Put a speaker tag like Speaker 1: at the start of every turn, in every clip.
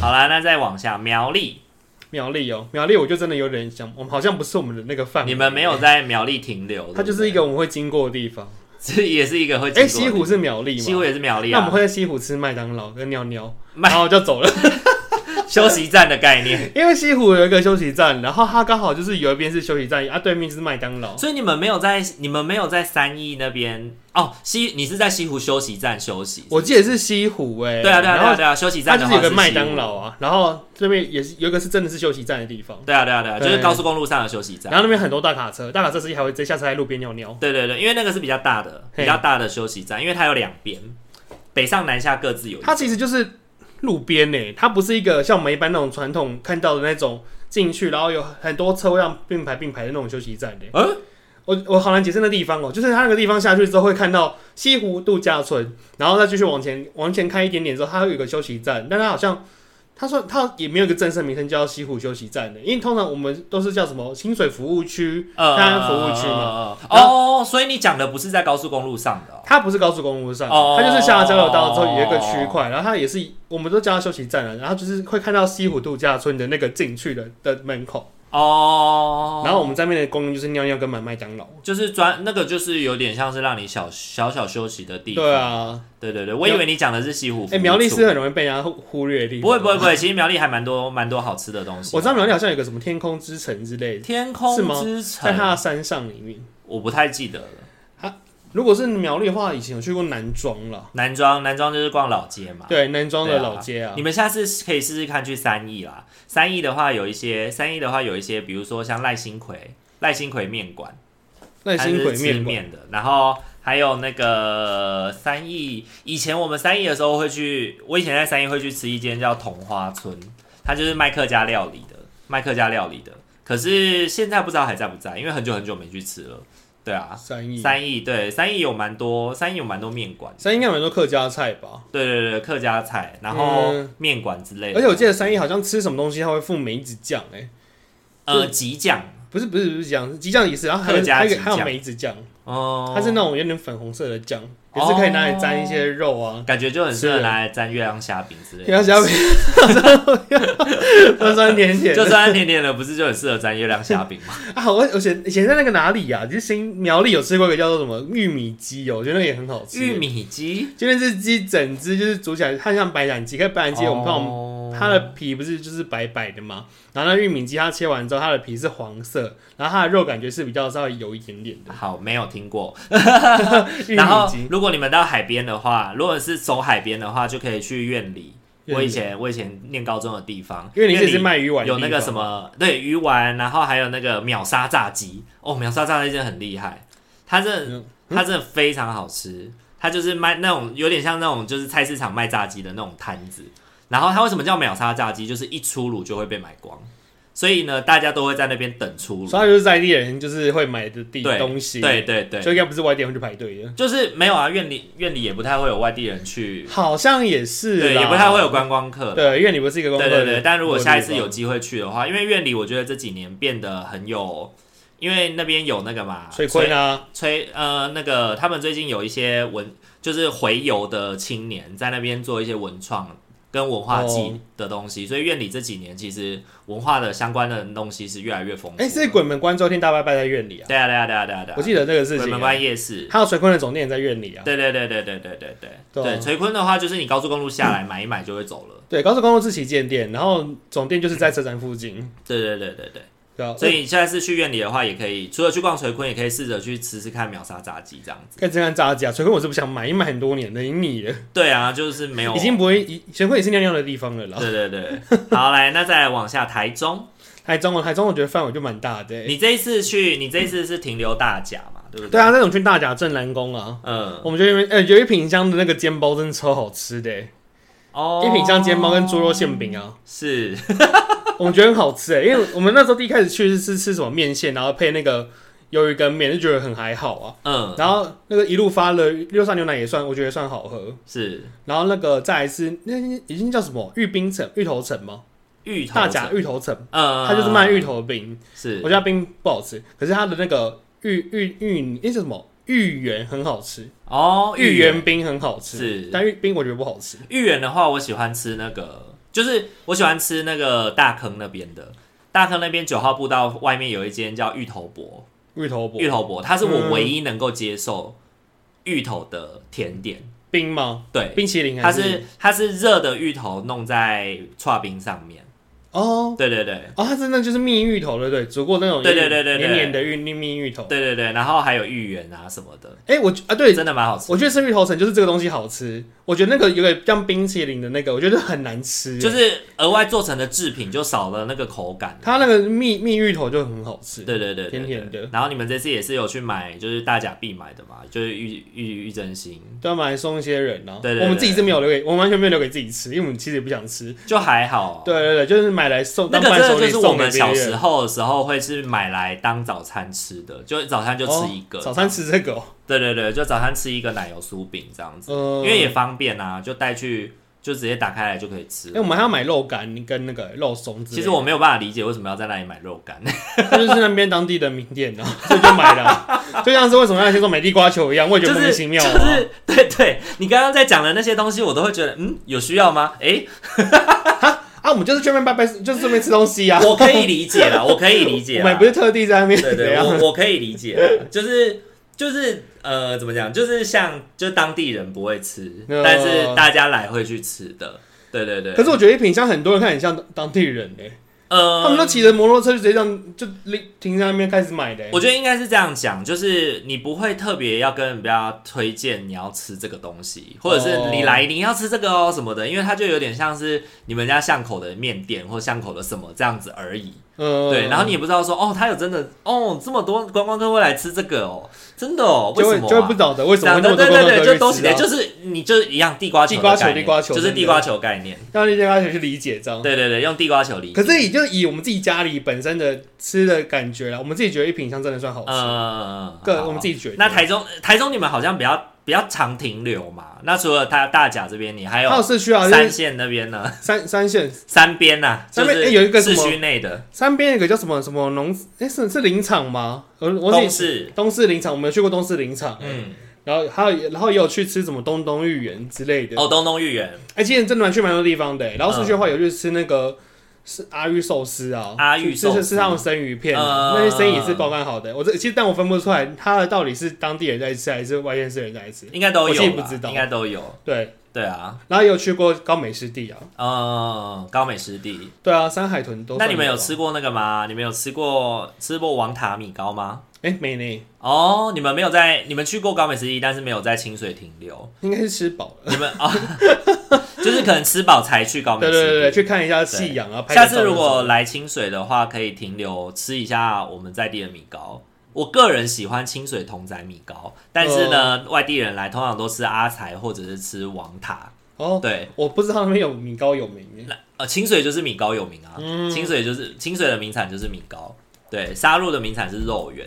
Speaker 1: 好啦，那再往下，苗栗，
Speaker 2: 苗栗哦，苗栗我就真的有点想，我们好像不是我们的那个范围。
Speaker 1: 你们没有，在苗栗停留，
Speaker 2: 它就是一个
Speaker 1: 对
Speaker 2: 我们会经过的地方。
Speaker 1: 不对，这也是一个会经
Speaker 2: 哎，
Speaker 1: 过的
Speaker 2: 西湖是苗栗吗？
Speaker 1: 西湖也是苗栗
Speaker 2: 那我
Speaker 1: 啊
Speaker 2: 们，会在西湖吃麦当劳跟尿尿，
Speaker 1: 麦
Speaker 2: 然后就走了。
Speaker 1: 休息站的概念，
Speaker 2: 因为西湖有一个休息站，然后它刚好就是有一边是休息站，啊，对面就是麦当劳。
Speaker 1: 所以你们没有在你们没有在三义那边哦，西你是在西湖休息站休息，
Speaker 2: 我记得是西湖哎、
Speaker 1: 对啊对啊对
Speaker 2: 然
Speaker 1: 啊
Speaker 2: 后
Speaker 1: 对啊，休息
Speaker 2: 它
Speaker 1: 站
Speaker 2: 就
Speaker 1: 的
Speaker 2: 是
Speaker 1: 话
Speaker 2: 有
Speaker 1: 是
Speaker 2: 个
Speaker 1: 西湖
Speaker 2: 麦当劳，啊，然后这边也是有一个是真的是休息站的地方，
Speaker 1: 对啊对啊对啊，就是
Speaker 2: 对
Speaker 1: 高速公路上的休息站
Speaker 2: 然，后那边很多大卡车，大卡车司机还会直接下车在路边尿尿。
Speaker 1: 对对对，因为那个是比较大的
Speaker 2: 嘿
Speaker 1: 比较大的休息站，因为它有两边，北上南下各自有一
Speaker 2: 它其实就是路边呢、它不是一个像我们一般那种传统看到的那种进去，然后有很多车位让并排并排的那种休息站呢、欸
Speaker 1: 嗯
Speaker 2: 我我好难解释那地方哦、就是它那个地方下去之后会看到西湖度假村，然后再继续往前往前开一点点之后，它会有一个休息站，但它好像它说它也没有一个正式名称叫西湖休息站的、欸因为通常我们都是叫什么清水服务区，
Speaker 1: 呃
Speaker 2: 大安服务区嘛，
Speaker 1: 嘛。
Speaker 2: 然
Speaker 1: 哦，所以你讲的不是在高速公路上的哦、
Speaker 2: 它不是高速公路上，
Speaker 1: 哦
Speaker 2: 它就是下了交流道之后有一个区块，然后它也是我们都叫它休息站了，然后就是会看到西湖度假村的那个进去的的门口，
Speaker 1: 哦，
Speaker 2: 然后我们在那边的功能就是尿尿跟买麦当劳。
Speaker 1: 就是专那个就是有点像是让你小小小休息的地方。
Speaker 2: 对啊，
Speaker 1: 对对对，我以为你讲的是西湖。
Speaker 2: 哎、苗栗是。很容易被人家忽忽略的地方。
Speaker 1: 不会不会不会，其实苗栗还蛮多蛮多好吃的东西。
Speaker 2: 我知道苗栗好像有个什么天空之城之类的，
Speaker 1: 天空
Speaker 2: 是吗
Speaker 1: 之
Speaker 2: 在它
Speaker 1: 城，
Speaker 2: 的山上里面。
Speaker 1: 我不太记得了。
Speaker 2: 如果是苗栗的话，以前有去过南庄啦，
Speaker 1: 南庄南庄就是逛老街嘛。
Speaker 2: 对，南庄的
Speaker 1: 对啊
Speaker 2: 老街啊
Speaker 1: 你，们下次可以试试看去三义啦。三义的话有一些，三义的话有一些，比如说像赖新奎、赖新奎面馆。
Speaker 2: 赖
Speaker 1: 它
Speaker 2: 新
Speaker 1: 是
Speaker 2: 鬼
Speaker 1: 吃
Speaker 2: 面馆，
Speaker 1: 面的，然后还有那个三义，以前我们三义的时候会去，我以前在三义会去吃一间叫桐花村，它就是卖客家料理的，卖客家料理的。可是现在不知道还在不在，因为很久很久没去吃了。对啊，
Speaker 2: 三义，
Speaker 1: 三义对三义有蛮多，三义有蛮多面馆，
Speaker 2: 嗯三义应该有很多客家菜吧？
Speaker 1: 对对对，客家菜，然后
Speaker 2: 嗯
Speaker 1: 面馆之类的。
Speaker 2: 而且我记得三义好像吃什么东西，它会附梅子酱哎、
Speaker 1: 呃吉酱，
Speaker 2: 不是不是不是酱，是鸡酱也是，然后还有
Speaker 1: 客家
Speaker 2: 还有一
Speaker 1: 鸡
Speaker 2: 个还有
Speaker 1: 酱
Speaker 2: 梅子酱，
Speaker 1: 哦，
Speaker 2: 它是那种有点粉红色的酱，也是可以拿来沾一些肉啊。
Speaker 1: 感觉就很适合
Speaker 2: 是
Speaker 1: 拿来蘸月亮虾饼之类的。
Speaker 2: 要加味，酸酸甜甜
Speaker 1: 就
Speaker 2: 的。
Speaker 1: 酸甜甜的，不是就很适合蘸月亮虾饼吗？
Speaker 2: 啊，我我前以前在那个哪里呀、啊？就是新苗栗有吃过一个叫做什么玉米鸡哦，我觉得那个也很好吃。
Speaker 1: 玉米鸡，
Speaker 2: 就那只鸡整只就是煮起来，它像白斩鸡，跟白斩鸡我们看
Speaker 1: 哦
Speaker 2: 它的皮不是就是白白的嘛，然后那玉米鸡它切完之后，它的皮是黄色，然后它的肉感觉是比较稍微有一点点的
Speaker 1: 好没有听过。
Speaker 2: 玉
Speaker 1: 然
Speaker 2: 米
Speaker 1: 后
Speaker 2: 鸡。
Speaker 1: 如果你们到海边的话，如果是走海边的话，就可以去院里。
Speaker 2: 院里
Speaker 1: 我以前我以前念高中的地方，
Speaker 2: 因为你这是卖鱼丸的
Speaker 1: 有
Speaker 2: 地
Speaker 1: 那
Speaker 2: 方，
Speaker 1: 个什么对鱼丸，然后还有那个秒杀炸鸡。哦，秒杀炸鸡真的很厉害，它这
Speaker 2: 嗯
Speaker 1: 它真的非常好吃。它就是卖那种有点像那种就是菜市场卖炸鸡的那种摊子。然后它为什么叫秒杀炸鸡？就是一出炉就会被买光，所以呢，大家都会在那边等出炉。
Speaker 2: 所以他就是在地人，就是会买的地
Speaker 1: 对
Speaker 2: 东西，
Speaker 1: 对对对，
Speaker 2: 所以应该不是外地人去排队的，
Speaker 1: 就是没有啊，院里院里也不太会有外地人去，
Speaker 2: 好像也是啦，
Speaker 1: 对，也不太会有观光客。
Speaker 2: 对，因为你不是一个公
Speaker 1: 对
Speaker 2: 共
Speaker 1: 对
Speaker 2: 的
Speaker 1: 对，但如果下一次有
Speaker 2: 地
Speaker 1: 机会去的话，因为院里我觉得这几年变得很有，因为那边有那个嘛，
Speaker 2: 方水坤啊，
Speaker 1: 崔呃那个他们最近有一些文，就是回游的青年在那边做一些文创跟文化
Speaker 2: 哦
Speaker 1: 祭的东西，所以院里这几年其实文化的相关的东西是越来越丰富的。
Speaker 2: 哎，是鬼门关周天大拜拜在院里啊，
Speaker 1: 对啊对啊对啊对啊对啊，
Speaker 2: 我记得这个事
Speaker 1: 鬼
Speaker 2: 情
Speaker 1: 门
Speaker 2: 啊，
Speaker 1: 关夜市，
Speaker 2: 还有水坤的总店也在院里啊，
Speaker 1: 对对对对对对对对
Speaker 2: 对啊
Speaker 1: 对，垂坤的话就是你高速公路下来买一买就会走了。
Speaker 2: 对，高速公路是旗舰店，然后总店就是在车站附近，
Speaker 1: 对对对对对，
Speaker 2: 对啊，
Speaker 1: 所以你下次去院里的话，也可以除了去逛垂坤，也可以试着去吃吃看秒杀炸鸡这样子。
Speaker 2: 看这看炸鸡啊，水坤我是不想买，因为买很多年了，已经腻了，
Speaker 1: 对啊，就是没有
Speaker 2: 已。经不会，已水坤也是尿尿的地方了啦。
Speaker 1: 对对对，好来，那再来往下，台 中，
Speaker 2: 台中啊，台中我觉得范围就蛮大的欸，
Speaker 1: 你这一次去，你这一次是停留大甲嘛？对不对？
Speaker 2: 对啊，，那种去大甲镇澜宫啊，
Speaker 1: 嗯，
Speaker 2: 我们就因为呃有一品香的那个煎包真的超好吃的欸，
Speaker 1: 哦，
Speaker 2: 一品香煎包跟猪肉馅饼啊，
Speaker 1: 是，
Speaker 2: 我们觉得很好吃哎，因为我们那时候第一开始去是吃吃什么面线，然后配那个鱿鱼羹面，就觉得很还好啊。
Speaker 1: 嗯，
Speaker 2: 然后那个一路发了六三牛奶也算，我觉得算好喝。
Speaker 1: 是
Speaker 2: 然后那个再来是那已经叫什么玉冰城、芋头城吗？
Speaker 1: 芋头
Speaker 2: 大甲
Speaker 1: 城，
Speaker 2: 芋头城，
Speaker 1: 嗯，
Speaker 2: 它就是卖芋，头冰，
Speaker 1: 是
Speaker 2: 我觉得它冰不好吃，可是它的那个芋芋芋那叫什么芋圆很好吃，
Speaker 1: 哦，
Speaker 2: 芋圆冰很好吃，
Speaker 1: 是
Speaker 2: 但芋冰我觉得不好吃。
Speaker 1: 芋圆的话，我喜欢吃那个，就是我喜欢吃那个大坑那边的。大坑那边九号步道外面有一间叫芋头伯，
Speaker 2: 芋头薄
Speaker 1: 芋头伯，它是我唯一能够接受芋头的甜点。
Speaker 2: 冰吗？
Speaker 1: 对，
Speaker 2: 冰淇淋
Speaker 1: 它
Speaker 2: 还
Speaker 1: 是它是热的芋头弄在刨冰上面。
Speaker 2: 哦
Speaker 1: 对对对
Speaker 2: 哦，它真的就是蜜芋头了，对，煮过那种
Speaker 1: 对对对对对
Speaker 2: 黏黏的芋蜜芋头。
Speaker 1: 对对对，然后还有芋圆啊什么的，
Speaker 2: 哎，我啊对，
Speaker 1: 真的蛮好吃。
Speaker 2: 我觉得吃芋头城就是这个东西好吃，我觉得那个有点像冰淇淋的那个，我觉得很难吃，
Speaker 1: 就是额外做成的制品就少了那个口感。
Speaker 2: 它那个蜜蜜芋头就很好吃。
Speaker 1: 对对对，对
Speaker 2: 甜甜的
Speaker 1: 对然后你们这次也是有去买，就是大甲必买的嘛，就是玉玉玉真心，
Speaker 2: 都要买送一些人呢、啊，
Speaker 1: 对对对
Speaker 2: 我们自己是没有留给，我们完全没有留给自己吃，因为我们其实也不想吃。
Speaker 1: 就还好。
Speaker 2: 对对对，就是买来送，
Speaker 1: 那
Speaker 2: 当
Speaker 1: 个
Speaker 2: 伴
Speaker 1: 真
Speaker 2: 手礼
Speaker 1: 的就是我
Speaker 2: 送给
Speaker 1: 们
Speaker 2: 别人
Speaker 1: 小时候的时候会是买来当早餐吃的，就早餐就吃一个、
Speaker 2: 哦早餐。吃这个、哦，
Speaker 1: 对对对，就早餐吃一个奶油酥饼这样子，
Speaker 2: 呃，
Speaker 1: 因为也方便啊，就带去就直接打开来就可以吃
Speaker 2: 哎、。我们还要买肉干跟那个肉松之类的
Speaker 1: 其实我没有办法理解为什么要在那里买肉 干，
Speaker 2: 他就是那边当地的名店啊，所以就买了 啊、就像是为什么要先做美地瓜球一样，我也觉
Speaker 1: 就
Speaker 2: 得莫
Speaker 1: 是
Speaker 2: 名
Speaker 1: 就
Speaker 2: 其妙、啊。
Speaker 1: 是对对，你刚刚在讲的那些东西，我都会觉得嗯有需要吗？诶，
Speaker 2: 啊，我们就是去那边拜拜，就是顺便吃东西啊。
Speaker 1: 我可以理解了，我可以理解 啦。
Speaker 2: 我们也不是特地在那边
Speaker 1: 啊对
Speaker 2: 怎
Speaker 1: 对，
Speaker 2: 样。
Speaker 1: 我我可以理解啦，就是就是呃，怎么讲？就是像就当地人不会吃，
Speaker 2: 呃
Speaker 1: 但是大家来会去吃的。对对对。
Speaker 2: 可是我觉得一品像很多人看很像当地人哎、
Speaker 1: 呃，
Speaker 2: 他们都骑着摩托车就直接这样就停停在那边开始买的、欸。
Speaker 1: 我觉得应该是这样讲，就是你不会特别要跟人家推荐你要吃这个东西，或者
Speaker 2: 哦
Speaker 1: 是你来一定要吃这个哦什么的，因为它就有点像是你们家巷口的面店或巷口的什么这样子而已。
Speaker 2: 呃
Speaker 1: 对，然后你也不知道说哦，他有真的哦，这么多观光客会来吃这个哦，真的哦，为
Speaker 2: 就
Speaker 1: 什
Speaker 2: 会
Speaker 1: 么、啊、
Speaker 2: 就会不晓得为什么会那
Speaker 1: 对
Speaker 2: 么多
Speaker 1: 对
Speaker 2: 观光
Speaker 1: 对
Speaker 2: 客
Speaker 1: 对，
Speaker 2: 会
Speaker 1: 就都
Speaker 2: 吃
Speaker 1: 是
Speaker 2: 到
Speaker 1: 就是你就是一样地瓜球的
Speaker 2: 地瓜球
Speaker 1: 概念
Speaker 2: 地瓜球
Speaker 1: 就是
Speaker 2: 真的
Speaker 1: 地瓜球概念，
Speaker 2: 让那些开始去理解这样。
Speaker 1: 对对对，用地瓜球理解。
Speaker 2: 可是也就以我们自己家里本身的吃的感觉啦，我们自己觉得一品香真的算好吃。
Speaker 1: 呃，
Speaker 2: 个
Speaker 1: 好
Speaker 2: 我们自己觉得。
Speaker 1: 那台中台中你们好像比较比较常停留嘛？那除了大大甲这边，你还
Speaker 2: 还有
Speaker 1: 有
Speaker 2: 市区啊，就
Speaker 1: 三
Speaker 2: 是
Speaker 1: 线那边呢？
Speaker 2: 三三线
Speaker 1: 三边呐，就
Speaker 2: 三边
Speaker 1: 是
Speaker 2: 诶有一个
Speaker 1: 市
Speaker 2: 什么
Speaker 1: 区内的
Speaker 2: 三边有个叫什么什么农，哎、是是林场吗？我我
Speaker 1: 东
Speaker 2: 是
Speaker 1: 市，
Speaker 2: 东市林场，我们有去过东市林场，
Speaker 1: 嗯，
Speaker 2: 然后还有然后也有去吃什么东东芋圆之类的。哎、
Speaker 1: 哦，东东芋圆、
Speaker 2: 今年真的蛮去蛮多地方的、欸然后市区的话有去吃那个。是阿玉寿司啊，
Speaker 1: 嗯阿玉寿司
Speaker 2: 就是吃他们生鱼片啊，
Speaker 1: 嗯
Speaker 2: 那些生意也是包干好的。我这其实但我分不出来，他到底是当地人在吃还是外县市人在吃。
Speaker 1: 应该都
Speaker 2: 我
Speaker 1: 有
Speaker 2: 自
Speaker 1: 吧，
Speaker 2: 己不知道
Speaker 1: 应该都有，
Speaker 2: 对，
Speaker 1: 对啊，
Speaker 2: 然后也有去过高美湿地啊，
Speaker 1: 嗯，高美湿地。
Speaker 2: 对啊，山海豚都。啊
Speaker 1: 那你们有？吃过那个吗？你们有吃过吃过王塔米糕吗？
Speaker 2: 哎、没呢，
Speaker 1: 哦，你们没有在，你们去过高美湿地，但是没有在清水停留。
Speaker 2: 应该是吃饱了。
Speaker 1: 你们 啊，就是可能吃哦饱才去高美
Speaker 2: 对
Speaker 1: 湿
Speaker 2: 对
Speaker 1: 地。
Speaker 2: 对对，去看一下夕阳啊。拍个
Speaker 1: 下次
Speaker 2: 照
Speaker 1: 如
Speaker 2: 就
Speaker 1: 果
Speaker 2: 走
Speaker 1: 来清水的话，可以停留吃一下我们在地的米糕。我个人喜欢清水同仔米糕，但是
Speaker 2: 哦
Speaker 1: 呢，外地人来通常都吃阿财或者是吃王塔。
Speaker 2: 哦，
Speaker 1: 对，
Speaker 2: 我不知道那边有米糕有名耶，
Speaker 1: 呃，清水就是米糕有名啊，
Speaker 2: 嗯
Speaker 1: 清水就是清水的名产就是米糕，对，沙鹿的名产是肉圆，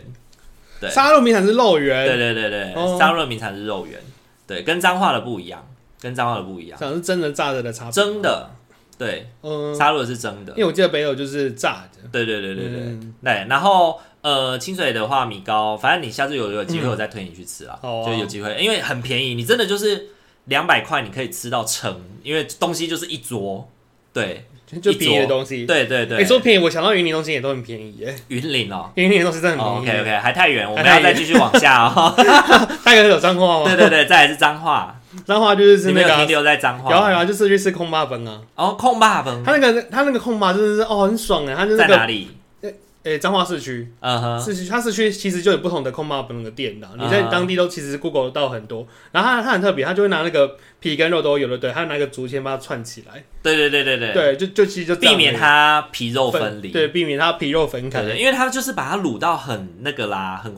Speaker 1: 对
Speaker 2: 沙肉名产是肉
Speaker 1: 对
Speaker 2: 圆，
Speaker 1: 对对对，
Speaker 2: 哦
Speaker 1: 沙鹿的名产是肉圆，对，跟彰化的不一样，跟彰化的不一样，
Speaker 2: 想是真的炸的的差别。
Speaker 1: 蒸，的，对，
Speaker 2: 嗯，
Speaker 1: 沙鹿的是蒸的
Speaker 2: 因，为我记得北斗就是炸的，
Speaker 1: 对对对对对，
Speaker 2: 嗯
Speaker 1: 对，然后呃，清水的话，米糕，反正你下次有有机会，我再推你去吃啦，
Speaker 2: 嗯好啊
Speaker 1: 就有机会，因为很便宜，你真的就是两百块，你可以吃到撑，因为东西就是一桌，对
Speaker 2: 就便宜
Speaker 1: 一
Speaker 2: 的
Speaker 1: 桌
Speaker 2: 东西。
Speaker 1: 对对对，
Speaker 2: 你嗯哎说便宜，我想到云林东西也都很便宜耶，
Speaker 1: 云林哦。
Speaker 2: 云林的东西真的
Speaker 1: 哦
Speaker 2: 很
Speaker 1: OK
Speaker 2: 便宜。
Speaker 1: OK，还太远，我们要
Speaker 2: 还太远
Speaker 1: 再继续往下哦。
Speaker 2: 大概有脏话
Speaker 1: 对
Speaker 2: 吗？
Speaker 1: 对对，再来是彰化，
Speaker 2: 脏话就是吃
Speaker 1: 你没有
Speaker 2: 那个
Speaker 1: 停
Speaker 2: 啊，
Speaker 1: 留在彰
Speaker 2: 有啊有
Speaker 1: 化。
Speaker 2: 啊，就是去吃空霸粉啊。
Speaker 1: 哦，控霸分
Speaker 2: 他那个他那个空霸真的是哦很爽哎，他就是
Speaker 1: 在
Speaker 2: 那
Speaker 1: 哪
Speaker 2: 个
Speaker 1: 里？
Speaker 2: 诶彰化市区，
Speaker 1: 嗯哼，
Speaker 2: 市区它市区其实就有不同的空霸粉的店的，你在
Speaker 1: 啊
Speaker 2: 当地都其实 Google 得到很多。然后它它很特别，它就会拿那个皮跟肉都有的，对，它拿一个竹签把它串起来。
Speaker 1: 对对对对对，
Speaker 2: 对，就就其实就这样
Speaker 1: 避免它皮肉分离。
Speaker 2: 对，避免它皮肉分开。
Speaker 1: 对，因为它就是把它卤到很那个啦，很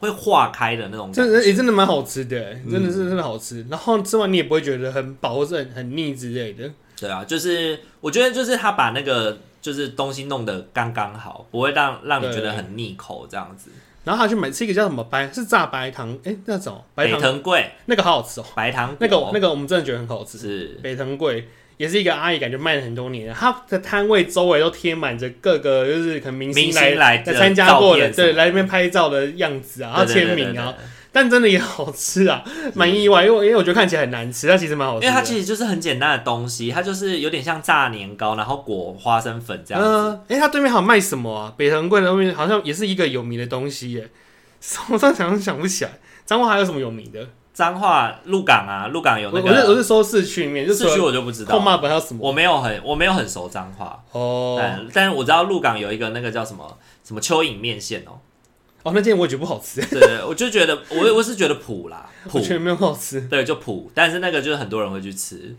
Speaker 1: 会化开的那种感
Speaker 2: 真
Speaker 1: 觉。
Speaker 2: 的也、真的蛮好吃的、欸真的
Speaker 1: 嗯
Speaker 2: 是真的好吃。然后吃完你也不会觉得很饱或是很很腻之类的。
Speaker 1: 对啊，就是我觉得就是他把那个就是东西弄得刚刚好，不会让让你觉得很腻口这样子。
Speaker 2: 然后他去买吃一个叫什么白是炸白糖，哎、那种白
Speaker 1: 北
Speaker 2: 糖
Speaker 1: 藤贵
Speaker 2: 那个好好吃哦、
Speaker 1: 白糖
Speaker 2: 那个我那
Speaker 1: 那
Speaker 2: 个我们真的觉得很好吃。
Speaker 1: 是
Speaker 2: 北藤贵也是一个阿姨，感觉卖了很多年了，她的摊位周围都贴满着各个就是可能明
Speaker 1: 明
Speaker 2: 星
Speaker 1: 星
Speaker 2: 来
Speaker 1: 来的
Speaker 2: 参加过
Speaker 1: 照
Speaker 2: 的，
Speaker 1: 片什么
Speaker 2: 对，
Speaker 1: 的
Speaker 2: 来这边拍照的样子啊，然后签名啊，，但真的也好吃 啊，蛮意外，因为因为我觉得看起来很难吃，但其实蛮
Speaker 1: 对
Speaker 2: 好
Speaker 1: 对对对对
Speaker 2: 吃
Speaker 1: 因为它
Speaker 2: 的。
Speaker 1: 其实就是很简单的东西，它就是有点像炸年糕，然后裹花生粉这样子。
Speaker 2: 嗯，哎、它对面好像卖什么啊？北藤贵的后面好像也是一个有名的东西耶， 我上想想不起来。彰化还有什么有名的？
Speaker 1: 彰化鹿港啊，鹿港有
Speaker 2: 我
Speaker 1: 那
Speaker 2: 我是我
Speaker 1: 个
Speaker 2: 是说市区里面，就
Speaker 1: 市区
Speaker 2: 说
Speaker 1: 我就不知
Speaker 2: 控
Speaker 1: 道，
Speaker 2: 骂本还有什么？
Speaker 1: 我没有很我没有很熟彰化，
Speaker 2: 哦
Speaker 1: 但但我知道鹿港有一个那个叫什么什么蚯蚓面线哦，
Speaker 2: 哦，那件我也觉得不好吃，
Speaker 1: 对， 我就觉得我我是觉得普啦
Speaker 2: 我
Speaker 1: 普，
Speaker 2: 觉得没有好吃。
Speaker 1: 对，就普，但是那个就是很多人会去吃，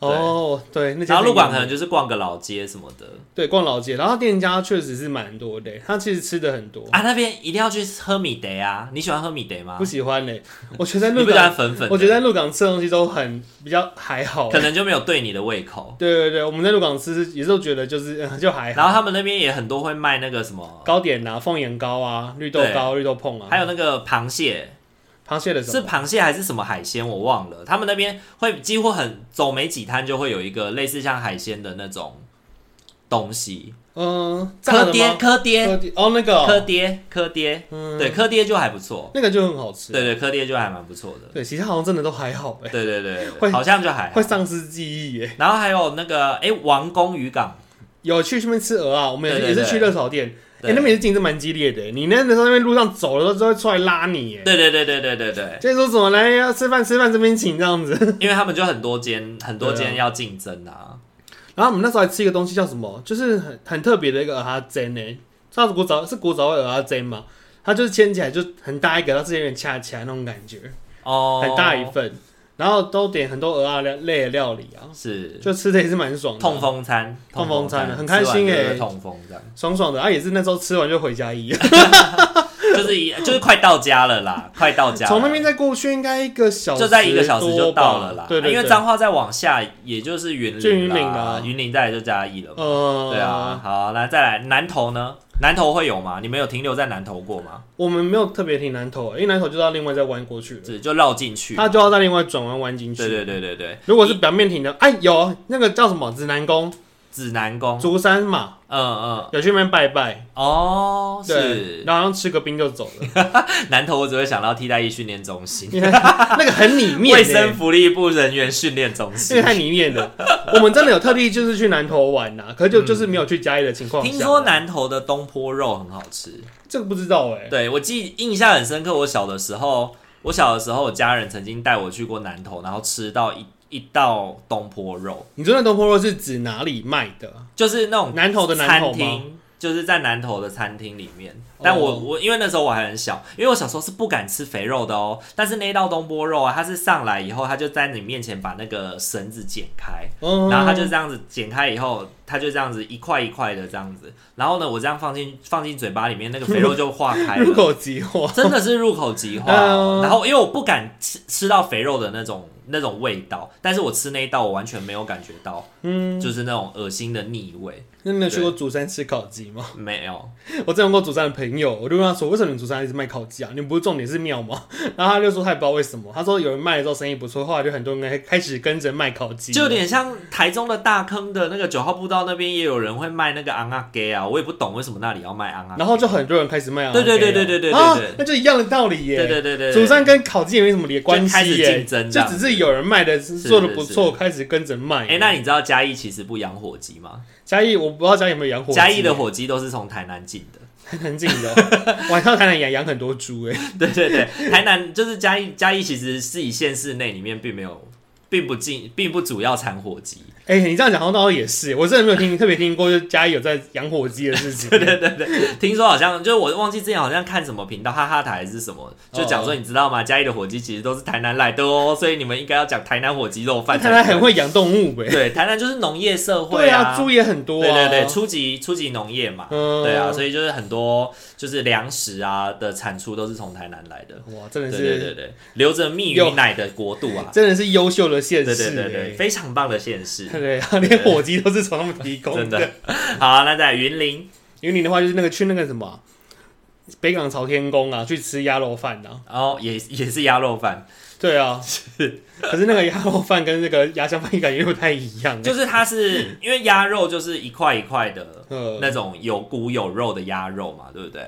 Speaker 2: 哦，对，那间
Speaker 1: 然后鹿港可
Speaker 2: 很
Speaker 1: 能就是逛个老街什么的
Speaker 2: 对逛老街，然后店家确实是蛮多的，他其实吃的很多。
Speaker 1: 啊，那边一定要去喝米德啊，你喜欢喝米德吗
Speaker 2: 不？喜欢嘞，我觉得在
Speaker 1: 你
Speaker 2: 鹿
Speaker 1: 不喜欢
Speaker 2: 港，
Speaker 1: 粉粉的，
Speaker 2: 我觉得在鹿港吃的东西都很比较还好。啊
Speaker 1: 可能就没有对你的胃口。
Speaker 2: 对对对，我们在鹿港吃也是都觉得就是、呃 就还好。
Speaker 1: 然后他们那边也很多会卖那个什么，
Speaker 2: 糕点啊，凤眼糕啊，绿豆糕、绿豆碰啊，
Speaker 1: 还有那个螃蟹，
Speaker 2: 螃蟹的什
Speaker 1: 是
Speaker 2: 么？
Speaker 1: 螃蟹还是什么海鲜，我忘了。他们那边会几乎很走没几摊就会有一个类似像海鲜的那种东西，
Speaker 2: 嗯，炸
Speaker 1: 科
Speaker 2: 的
Speaker 1: 爹
Speaker 2: 吗？
Speaker 1: 科爹
Speaker 2: 科爹哦，那个
Speaker 1: 科
Speaker 2: 哦
Speaker 1: 爹科爹，
Speaker 2: 嗯，
Speaker 1: 对科爹就还不错，
Speaker 2: 那个就很好吃。
Speaker 1: 对对科爹就还蛮不错的，
Speaker 2: 对，其他好像真的都还好哎，
Speaker 1: 对对对对，
Speaker 2: 会
Speaker 1: 好像就还好
Speaker 2: 会。丧失记忆耶。
Speaker 1: 然后还有那个哎王宫渔港，
Speaker 2: 有去那边吃鹅啊，我们也是
Speaker 1: 对对
Speaker 2: 也
Speaker 1: 对
Speaker 2: 是去热炒店，哎，
Speaker 1: 对
Speaker 2: 那边也是竞争蛮激烈的。你那时候在那边路上走了，都会出来拉你耶。
Speaker 1: 对对对对对对 对，
Speaker 2: 就是说怎么来要吃饭吃饭这边请这样子，
Speaker 1: 因为他们就很多间很多
Speaker 2: 对
Speaker 1: 间
Speaker 2: 啊
Speaker 1: 要竞争啊，
Speaker 2: 然后我们那时候还吃一个东西叫什么，就是很很特别的一个鹅哈煎呢，它是古早是古早味鹅哈煎嘛，它就是煎起来就很大一个，它是有点恰恰那种感觉。
Speaker 1: 哦，
Speaker 2: 很大一份，然后都点很多鹅啊料类的料理啊，
Speaker 1: 是
Speaker 2: 就吃的也是蛮爽的，啊
Speaker 1: 痛风餐，
Speaker 2: 痛风餐很
Speaker 1: 吃完
Speaker 2: 开心
Speaker 1: 就会
Speaker 2: 欸
Speaker 1: 痛风这样。
Speaker 2: 爽爽的啊，也是那时候吃完就回家一样。
Speaker 1: 就是一就是快到家了啦，快到家了，
Speaker 2: 从那边再过去应该一个小时，
Speaker 1: 就在一个小时就到了啦。啊
Speaker 2: 对对对，
Speaker 1: 因为彰化再往下也就是云
Speaker 2: 就云
Speaker 1: 林啦，
Speaker 2: 林啊啦
Speaker 1: 云林再来就嘉义了嘛。
Speaker 2: 呃，
Speaker 1: 对啊，，好，那再来南投呢？南投会有吗？你们有停留在南投过吗？
Speaker 2: 我们没有特别停南头，因为南头就到另外再弯过去了，
Speaker 1: 是就绕进去。
Speaker 2: 它就要在另外转弯弯进去。
Speaker 1: 对对对对对，
Speaker 2: 如果是表面停的，哎，有那个叫什么指南宫、
Speaker 1: 指南宫，
Speaker 2: 竹山嘛，
Speaker 1: 嗯嗯，
Speaker 2: 有去那边拜拜，
Speaker 1: 哦，
Speaker 2: 对，
Speaker 1: 是
Speaker 2: 然后吃个冰就走 了，
Speaker 1: 南投，我只会想到替代役训练中心、
Speaker 2: 那个很里面、欸，
Speaker 1: 卫生福利部人员训练中
Speaker 2: 这个
Speaker 1: 心。
Speaker 2: 太里面了。我们真的有特地就是去南投玩呐、啊 可是就、就是没有去嘉义的情况下。
Speaker 1: 嗯听说南投的东坡肉很好吃，
Speaker 2: 这个不知道哎、
Speaker 1: 对我记印象很深刻，我小的时候，我小的时候，我家人曾经带我去过南投，然后吃到一一道东坡肉，
Speaker 2: 你说那东坡肉是指哪里卖的？
Speaker 1: 就是那种
Speaker 2: 南投的南
Speaker 1: 餐
Speaker 2: 投吗？
Speaker 1: 厅，就是在南投的餐厅里面。但我、
Speaker 2: 哦
Speaker 1: 我因为那时候我还很小，因为我小时候是不敢吃肥肉的哦。但是那一道东坡肉啊，它是上来以后，它就在你面前把那个绳子剪开，
Speaker 2: 嗯
Speaker 1: 然后它就这样子剪开以后，它就这样子一块一块的这样子，然后呢，我这样放进放进嘴巴里面，那个肥肉就化开
Speaker 2: 入
Speaker 1: 了。
Speaker 2: 口即化。
Speaker 1: 真的是入口即化。
Speaker 2: 嗯
Speaker 1: 然后因为我不敢吃吃到肥肉的那种那种味道，但是我吃那一道我完全没有感觉到，
Speaker 2: 嗯，
Speaker 1: 就是那种恶心的腻味，
Speaker 2: 那你有去过竹山吃烤鸡吗？
Speaker 1: 没有。
Speaker 2: 我之前有过竹山的朋友，我就问他说，为什么你竹山一直卖烤鸡啊？你们不是重点是庙吗？ 然后他就说他也不知道为什么，他说有人卖的时候生意不错，后来就很多人开开始跟着卖烤鸡，
Speaker 1: 就有点像台中的大坑的那个九号步道那边也有人会卖那个昂啊给啊，我也不懂为什么那里要卖昂啊。
Speaker 2: 然后就很多人开始卖啊。
Speaker 1: 对对对
Speaker 2: OK 啊
Speaker 1: 对对对对
Speaker 2: 啊
Speaker 1: 对，
Speaker 2: 那就一样的道理耶。
Speaker 1: 对对对对，
Speaker 2: 主战跟烤鸡也没什么连关
Speaker 1: 就开
Speaker 2: 系
Speaker 1: 始
Speaker 2: 耶
Speaker 1: 竞，争这
Speaker 2: 就
Speaker 1: 样
Speaker 2: 只是有人卖的是
Speaker 1: 是
Speaker 2: 做的不
Speaker 1: 是
Speaker 2: 错，开始跟着卖。
Speaker 1: 哎、那你知道嘉义其实不养火鸡吗？
Speaker 2: 嘉义我不知道嘉义有没有养火鸡，
Speaker 1: 嘉义的火鸡都是从台南进的。
Speaker 2: 很近的哦，晚上台南养养很多猪哎，
Speaker 1: 对对对，台南就是嘉义，嘉义其实是以县市内里面并没有，并并不进，并不主要产火鸡。
Speaker 2: 哎、你这样讲好像倒也是，我真的没有听特别听过，就是家里有在养火鸡的事 情。
Speaker 1: 对对对对，听说好像就是我忘记之前好像看什么频道，哈哈台还是什么，就
Speaker 2: 哦
Speaker 1: 讲说你知道吗？嘉义的火鸡其实都是台南来的哦，所以你们应该要讲台南火鸡肉饭。
Speaker 2: 看 来很。会养动物呗。
Speaker 1: 对，台南就是农业社会
Speaker 2: 对啊，猪也很多、啊。
Speaker 1: 对对对，，初级初级农业嘛，
Speaker 2: 嗯
Speaker 1: 对啊，所以就是很多就是粮食啊的产出都是从台南来的。
Speaker 2: 哇，真的
Speaker 1: 对
Speaker 2: 是，
Speaker 1: 对对对，留着蜜与
Speaker 2: 有
Speaker 1: 奶的国度啊，
Speaker 2: 真的是优秀的县
Speaker 1: 对对
Speaker 2: 市、欸。
Speaker 1: 对对对，非常棒的县市，
Speaker 2: 对啊，连火鸡都是从他们提供
Speaker 1: 真的。 好啊，那在云林
Speaker 2: 云林的话，就是那个去那个什么啊、北港朝天宫啊，去吃鸭肉饭啊。
Speaker 1: 哦，也也是鸭肉饭，
Speaker 2: 对啊，可是那个鸭肉饭跟那个鸭香饭感觉又不太一样、欸。
Speaker 1: 就是它是因为鸭肉就是一块一块的
Speaker 2: 呃，
Speaker 1: 那种有骨有肉的鸭肉嘛，对不对？